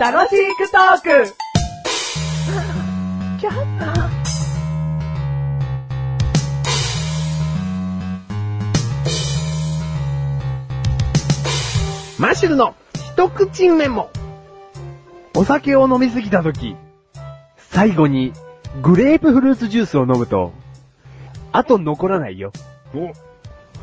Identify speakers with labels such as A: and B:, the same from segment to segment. A: 楽しくトーク
B: マシュルの一口メモ。お酒を飲みすぎたとき、最後にグレープフルーツジュースを飲むと、あと残らないよ。
C: お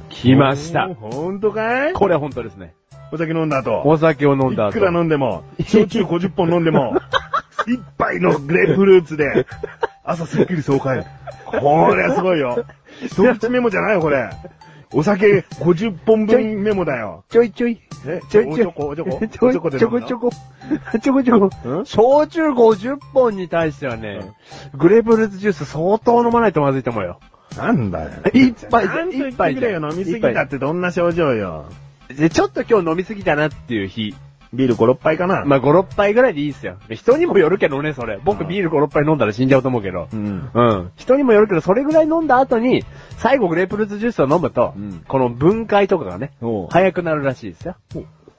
B: 来ました
C: お。ほんとかい
B: これ本当ですね。
C: お酒飲んだ後。
B: お酒を飲んだ
C: い
B: 後。
C: くら飲んでも、焼酎50本飲ん でも、一杯のグレープフルーツで、朝すっきり爽快。これはすごいよ。一口メモじゃないよ、これ。お酒50本分メモだよ。
B: ちょいちょい。
C: え
B: ちょいちょい。
C: おちょこ、おちょこ、
B: ちょい
C: おちょこで
B: ち
C: 飲
B: ょ
C: む
B: こ
C: の
B: ちょこ。ちょこ ちょこ。
C: ん
B: 焼酎50本に対してはね、グレープフルーツジュース相当飲まないとまずいと思うよ。
C: なんだよ。
B: 一杯じゃ
C: なんと言っ
B: 一杯
C: て
B: じ
C: く
B: ゃ
C: れよ、飲みすぎたってどんな症状よ。
B: でちょっと今日飲みすぎたなっていう日。
C: ビール5、6杯かな。
B: まあ、5、6杯ぐらいでいいっすよ。人にもよるけどね、それ。僕
C: うん
B: ビール5、6杯飲んだら死んじゃうと思うけど。
C: うん。
B: うん。人にもよるけど、それぐらい飲んだ後に、最後グレープフルーツジュースを飲むと、
C: うん
B: この分解とかがね、
C: おう
B: 早くなるらしいですよ。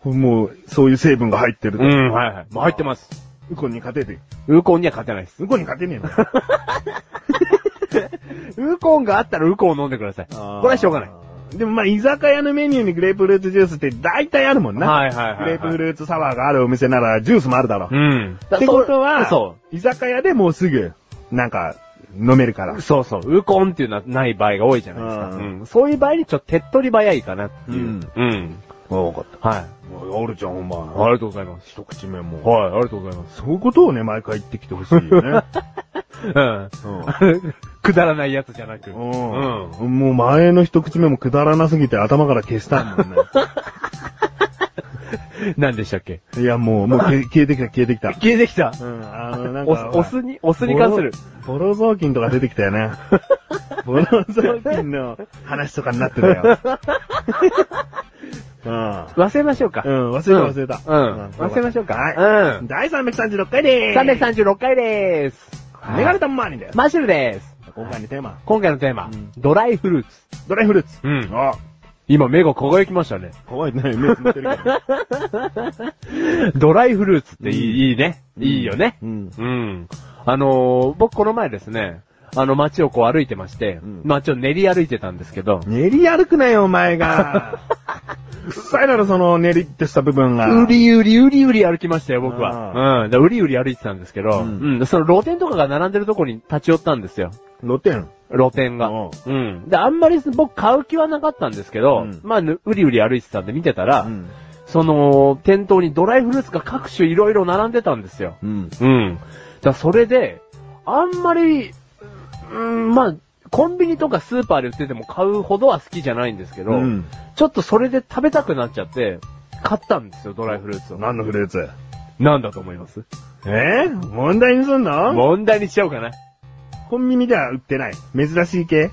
C: もう、そういう成分が入ってる。
B: うん、はいはい。もう入ってます。
C: ウコンに勝てて。
B: ウーコンには勝てないです。
C: ウコンに勝てねえの。
B: ウーコンがあったらウーコンを飲んでください。これはしょうがない。
C: い。でもまあ、居酒屋のメニューにグレープフルーツジュースって大体あるもんな。
B: はいはいはいはい
C: グレープフルーツサワーがあるお店ならジュースもあるだろ。う
B: うん。
C: ってことは、
B: そ
C: 居酒屋でもうすぐ、なんか、飲めるから
B: う。。そうそう。ウーコンっていうのはない場合が多いじゃないですか。う
C: うんん。
B: そういう場合にちょっと手っ取り早いかなっていう。
C: うん
B: うん。
C: わかった。
B: はい。
C: あるじゃん、お前。
B: ありがとうございます。
C: 一口目も。
B: はい、ありがとうございます。
C: そういうことをね、毎回言ってきてほしいよね。
B: うん。
C: うん
B: くだらないやつじゃなく。うん。
C: うん。もう前の一口目もくだらなすぎて頭から消したもん ね。
B: 何でしたっけ
C: いや、もう、もう消え消えてきた、消えて きた。
B: 消えてきた。
C: うん、あの、なん
B: お酢、
C: か、
B: お酢に、お酢に関する。
C: ボロ。ボロ雑巾とか出てきた よね。ボロ雑巾の話とかになって たよ。うん。
B: 忘れましょうか。
C: うん、忘れた、忘れた。
B: うん忘れましょうか
C: はい。
B: うん
C: 第336回でーす。
B: 336回でーす。
C: メガネタマーニーだよ。
B: マッシュルです。
C: 今回のテーマ、
B: 今回のテーマ
C: うん、
B: ドライフルーツ。
C: ドライフルーツ。
B: うん
C: あ、
B: 今目が輝きましたね。
C: 怖いね、目つむってるけど。
B: ドライフルーツってい
C: うん
B: いいいね。
C: うん
B: いいよね。
C: うん
B: うん。あのー、僕この前ですね、あの街をこう歩いてまして、
C: ん
B: 街を練り歩いてたんですけど、
C: 練り歩くなよ、お前 が。臭いだろ、その練りってした部分が。
B: うりうりうりうり歩きましたよ、僕は。
C: あ
B: うん。でうりうり歩いてたんですけど、う
C: うん
B: ん。その露店とかが並んでるとこに立ち寄ったんですよ。
C: 露天。
B: 露店が。
C: うん
B: うん。で、あんまり僕買う気はなかったんですけど、
C: うん
B: まあ、ぬうりうり歩いてたんで見てたら、
C: うん。
B: その、店頭にドライフルーツが各種いろいろ並んでたんですよ。
C: うん。
B: うん。だからそれで、あんまり、うん、まあ、コンビニとかスーパーで売ってても買うほどは好きじゃないんですけど、
C: うん
B: ちょっとそれで食べたくなっちゃって、買ったんですよ、ドライフルーツを。
C: 何のフルーツ
B: なんだと思います
C: えー、問題にすんの
B: 問題にしちゃおうかな。
C: コンビニでは売ってない。珍しい系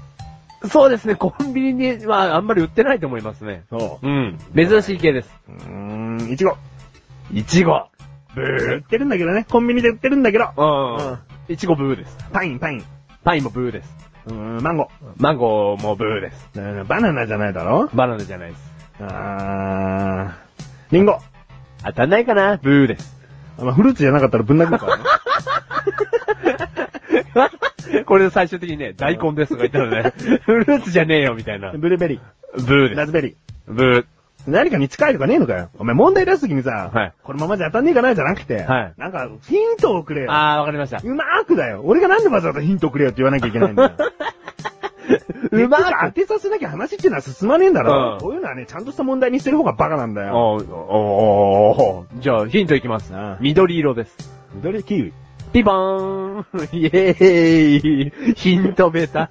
B: そうですね、コンビニにはあんまり売ってないと思いますね。
C: そう。
B: うん。珍しい系です。
C: うーん、いちご。
B: いちご。
C: ブー。売ってるんだけどね。コンビニで売ってるんだけど。
B: う。
C: うん
B: いちごブーです。
C: パイン、パイン。
B: パインもブーです。
C: うーん、マンゴ
B: マンゴーもブーです。
C: ー。バナナじゃないだろ
B: バナナじゃないです。
C: あー。リンゴ。
B: 当たんないかなブーです。
C: まあ、フルーツじゃなかったらぶん殴るからね。
B: これで最終的にね、大根ですとか言った らね、フルーツじゃねえよみたいな。ブ
C: ブルーベリ
B: ー
C: ー。
B: で
C: ラ
B: す。
C: ズベリー。
B: ブ
C: 何かに近いとかねえのかよ。お前問題出すときにさ、
B: はい
C: このままじゃ当たんねえかなじゃなくて、
B: はい
C: なんかヒントをくれ
B: ー。
C: よ。
B: あー、わかりま した。
C: うまーくだよ。俺がなんでわざわざヒントをくれよって言わなきゃいけない んだよ。
B: うま
C: 結
B: ー
C: 局当てさせなきゃ話っていうのは進まねえんだ
B: う
C: ろ。
B: ん
C: こういうのはね、ちゃんとした問題にしてる方がバカなんだ
B: お
C: よ。
B: ーおーおーじゃあ、ヒントいきます
C: ああ。
B: 緑色です。
C: 緑キウイ。
B: ピバーンイエーイヒントベタ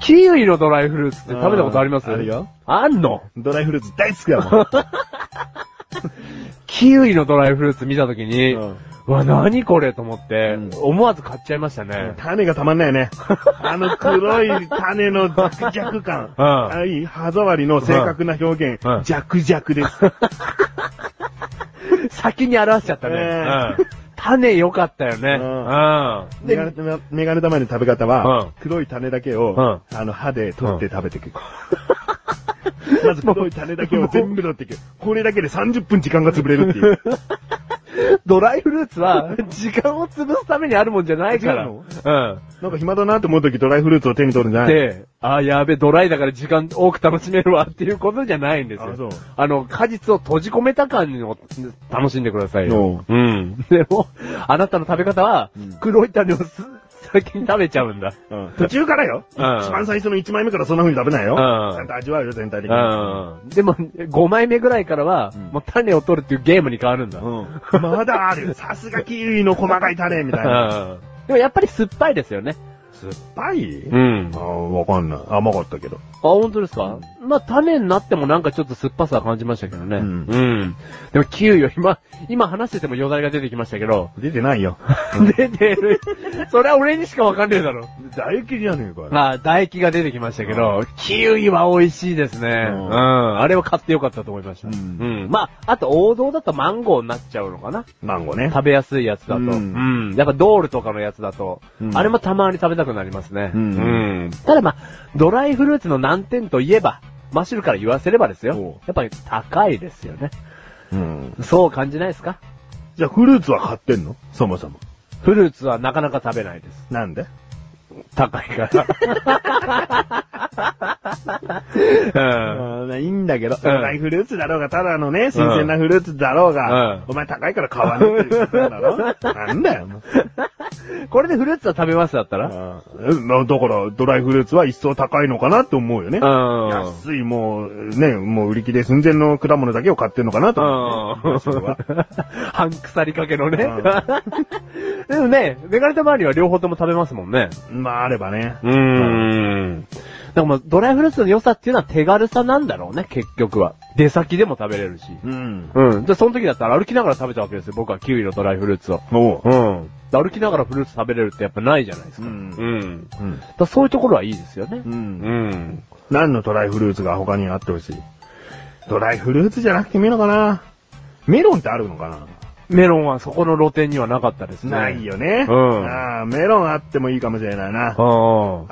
B: キウイのドライフルーツって食べたことあります
C: あーあるよ。
B: あんの
C: ドライフルーツ大好きだもん。
B: キウイのドライフルーツ見たときに、う
C: うん
B: わ、何これと思って、
C: うん
B: 思わず買っちゃいましたね。
C: 種がたまんないよね。あの黒い種の弱弱感。
B: うん
C: ああいい歯触りの正確な表現。
B: うんうん
C: 弱 弱です。
B: 先に表しちゃったね。
C: ねえ
B: うん種良かったよね。
C: うん
B: う
C: メガネ玉メガネ玉の食べ方は、
B: うん
C: 黒い種だけを、あの、歯で取って食べていく。 まず黒い種だけを全部取っていく。これだけで30分時間が潰れるっていう。
B: ドライフルーツは、時間を潰すためにあるもんじゃないから。
C: 違
B: うん。
C: うなんか暇だなって思うときドライフルーツを手に取るんじゃない
B: で、あーやべ、ドライだから時間多く楽しめるわっていうことじゃないんですよ。
C: あそう
B: あの、果実を閉じ込めた感を楽しんでくださいよ。うん。でも、あなたの食べ方は
C: うん、
B: 黒い種をす先に食べちゃうんだ。
C: うん途中からよ。一
B: うん
C: 番最初の1枚目からそんな風に食べないよ。
B: うん
C: ちゃんと味わうよ、全体的に。
B: うん。でも、5枚目ぐらいからは、
C: うん
B: もう種を取るっていうゲームに変わるんだ。うん。
C: うんまだある。さすがキウイの細かい種みたいな。
B: でもやっぱり酸っぱいですよね。
C: 酸っぱい
B: ん
C: あーわかんない。甘かったけど。
B: あ、本当ですか、まあ、種になってもなんかちょっと酸っぱさは感じましたけどね。
C: うん
B: うんでも、キウイは今、今話しててもよだれが出てきましたけど、
C: 出てな いよ。
B: 出てる。それは俺にしかわかんねえだろ。
C: 唾液じゃねえかよ。
B: まあ、唾液が出てきましたけど、キウイは美味しいですね。うん。
C: ん
B: あれは買ってよかったと思いました。う
C: うんん。
B: まあ、あと王道だとマンゴーになっちゃうのかな。
C: マンゴーね。
B: 食べやすいやつだと。う。
C: うんん
B: やっぱドールとかのやつだと、
C: うん
B: あれもたまに食べたくなりますね。
C: うん
B: うんただまあ、ドライフルーツの難点といえば、マッシュルから言わせればですよ
C: おう。
B: やっぱり高いですよね。
C: うん。
B: そう感じないですか
C: じゃあフルーツは買ってんのそもそも。
B: フルーツはなかなか食べないです。
C: なんで
B: 高いから。うん。
C: うんいいんだけど、ドライフルーツだろうが、ただのね、新鮮なフルーツだろうが、
B: うん
C: お前高いから買わないって言ったんだろ なんだよ、もう
B: これでフルーツは食べますだったら
C: うんなだから、ドライフルーツは一層高いのかなって思うよね。
B: うん。
C: 安い、もう、ね、もう売り切れ寸前の果物だけを買ってんのかなと思うね。それは
B: 半腐りかけのね
C: う。
B: でもね、メガネタ周りは両方とも食べますもんね。
C: まあ、あればね。
B: うーん。だからまあドライフルーツの良さっていうのは手軽さなんだろうね、結局は。出先でも食べれるし。
C: うん。
B: うん。で、その時だったら歩きながら食べたわけですよ、僕はキウイのドライフルーツを。
C: おう
B: う。ん。歩きながらフルーツ食べれるってやっぱないじゃないですか。
C: うん
B: うん。だか
C: うん。
B: らそういうところはいいですよね
C: う。ん。
B: ん。
C: 何のドライフルーツが他にあってほしいドライフルーツじゃなくてもいいのかなメロンってあるのかな
B: メロンはそこの露店にはなかったですね。
C: ない。よね。
B: うん
C: ああ、メロンあってもいいかもしれないな。
B: ああ。そ
C: あ
B: れ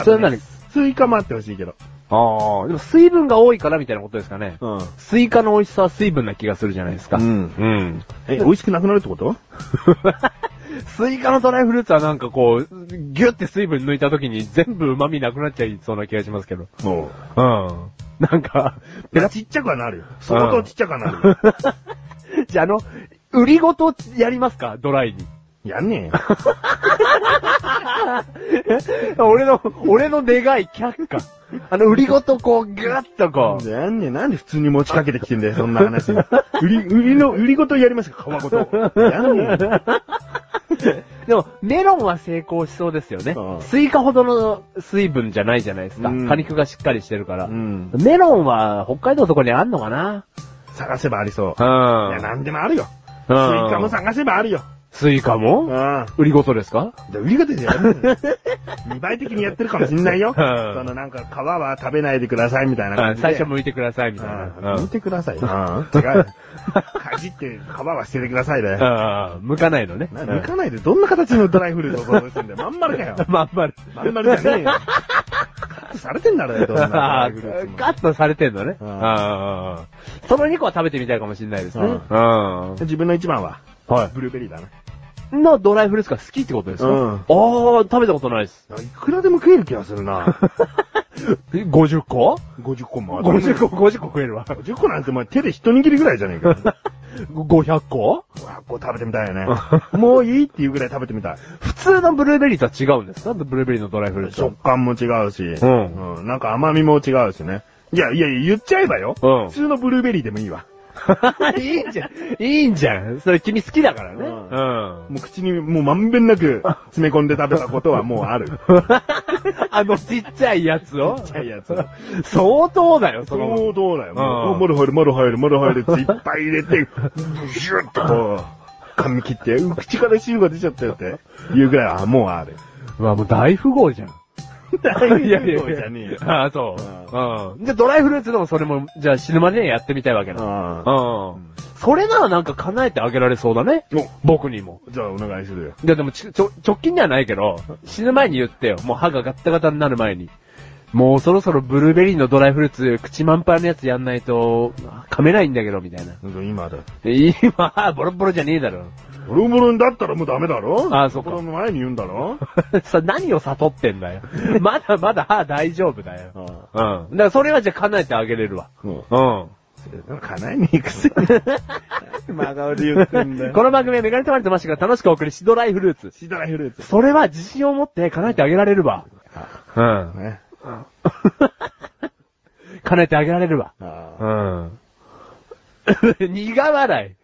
C: と
B: は
C: ね
B: 何
C: スイカもあってほしいけど。
B: ああ、でも水分が多いからみたいなことですかね。
C: うん。
B: スイカの美味しさは水分な気がするじゃないですか。
C: うん
B: うん。
C: え、美味しくなくなるってこと
B: スイカのドライフルーツはなんかこう、ギュって水分抜いた時に全部旨味なくなっちゃいそうな気がしますけど。
C: も
B: うん。なんか、
C: う。
B: ペ
C: まあ
B: ラ
C: ちっちゃくはなるよ。相当ちっちゃくはなるよ。
B: じゃあ、あの、売りごとやりますかドライに。
C: やんねえよ。
B: 俺の、俺の願い却下。あの、売りごとこう、ギュッとこう。
C: なんで、なんで普通に持ちかけてきて んだよ、そんな話。売り、売りの、売りごとやりますか、皮ごと。やんねえよ。
B: でも、メロンは成功しそうですよね
C: う。ん
B: スイカほどの水分じゃないじゃないですか。
C: うん
B: 果肉がしっかりしてるから。
C: うん。
B: メロンは北海道とかにあんのかな
C: 探せばありそう。いや、
B: う
C: なんでもあるよ。スイ
B: うん
C: カも探せばあるよ。
B: スイカ
C: うん。
B: も
C: で
B: 売りごとですか
C: 売り方でやる。 見栄え的にやってるかもしんないよ。
B: ん
C: そのなんか皮は食べないでくださいみたいな感じで。
B: 最初剥いてくださいみたいな。
C: う。
B: うんん
C: 見てください。うん。違う。かじって皮は捨ててくださいね。
B: うん剥かないのね。
C: な抜かないでどんな形のドライフルーツを想像してんだよ。まん丸かよ。
B: うんまんまる。
C: まん丸じゃねえよ。カットされてんだろよ、 どんなド
B: あ
C: ラ
B: あ
C: イフルーツも。
B: ガッとされてんのね。
C: うん
B: ああその2個は食べてみたいかもしれないですね。
C: うん
B: は
C: 自分の一番は、
B: い。
C: ブルーベリーだな。
B: のドライフルーツが好きってことですか
C: うん
B: ああ、食べたことないです。
C: いくらでも食える気がするな。
B: 50個
C: 50個もある。
B: ?50 個、50個食えるわ。
C: 50個なんてお前手で一握りぐらいじゃねえ かよ。
B: 500個
C: わこう食べてみたい よね。もういいっていうぐらい食べてみたい。
B: 普通のブルーベリーとは違うんですかブルーベリーのドライフルーツと
C: 食。感も違うし、
B: ん
C: うんなんか甘みも違うしね。いやいやいや、言っちゃえばよ。
B: うん
C: 普通のブルーベリーでもいいわ。
B: いいんじゃん。いいんじゃん。それ君好きだからね。。
C: うんもう口にもうまんべんなく詰め込んで食べたことはもうある。
B: あのちっちゃいやつを。
C: ちっちゃいやつを
B: 相当だよ、その。
C: そうどうだよ。
B: う
C: も
B: ん
C: う、もろ入る、もろ入る、もろ入るっていっぱい入れて、ブシュッとこう、噛み切って、う口から汁が出ちゃったよって、いうぐらいはもうある。
B: うわ、もう大富豪じゃん。いやいやい
C: そうじゃねえよ
B: や。 ああ、そう。うん。じゃあドライフルーツでもそれも、じゃあ死ぬまでにやってみたいわけな。
C: ああ
B: うん。それならなんか叶えてあげられそうだね。僕にも。
C: じゃあお願いするよ。
B: いやでもち、ちょ、直近ではないけど、死ぬ前に言ってよ。もう歯がガッタガタになる前に。もうそろそろブルーベリーのドライフルーツ、口満杯のやつやんないと、噛めないんだけど、みたいな。
C: 今だ。
B: 今、ボロボロじゃねえだろ。
C: ボロボロにだったらもうダメだろ
B: あそっか
C: ボロボロの前に言うんだろ
B: さ、何を悟ってんだよ。まだまだ、あ大丈夫だよ。うん。だからそれはじゃあ叶えてあげれるわ。
C: うん。
B: うん。
C: かなえに行くせに。真顔で言ってんだ
B: この番組はメガネとマリとマシュが楽しくお送りしドライフルーツ。
C: シダラフルーツ。
B: それは自信を持って叶えてあげられるわ。うん。
C: ね。
B: 叶えてあげられるわ。
C: あ
B: うん。苦笑い。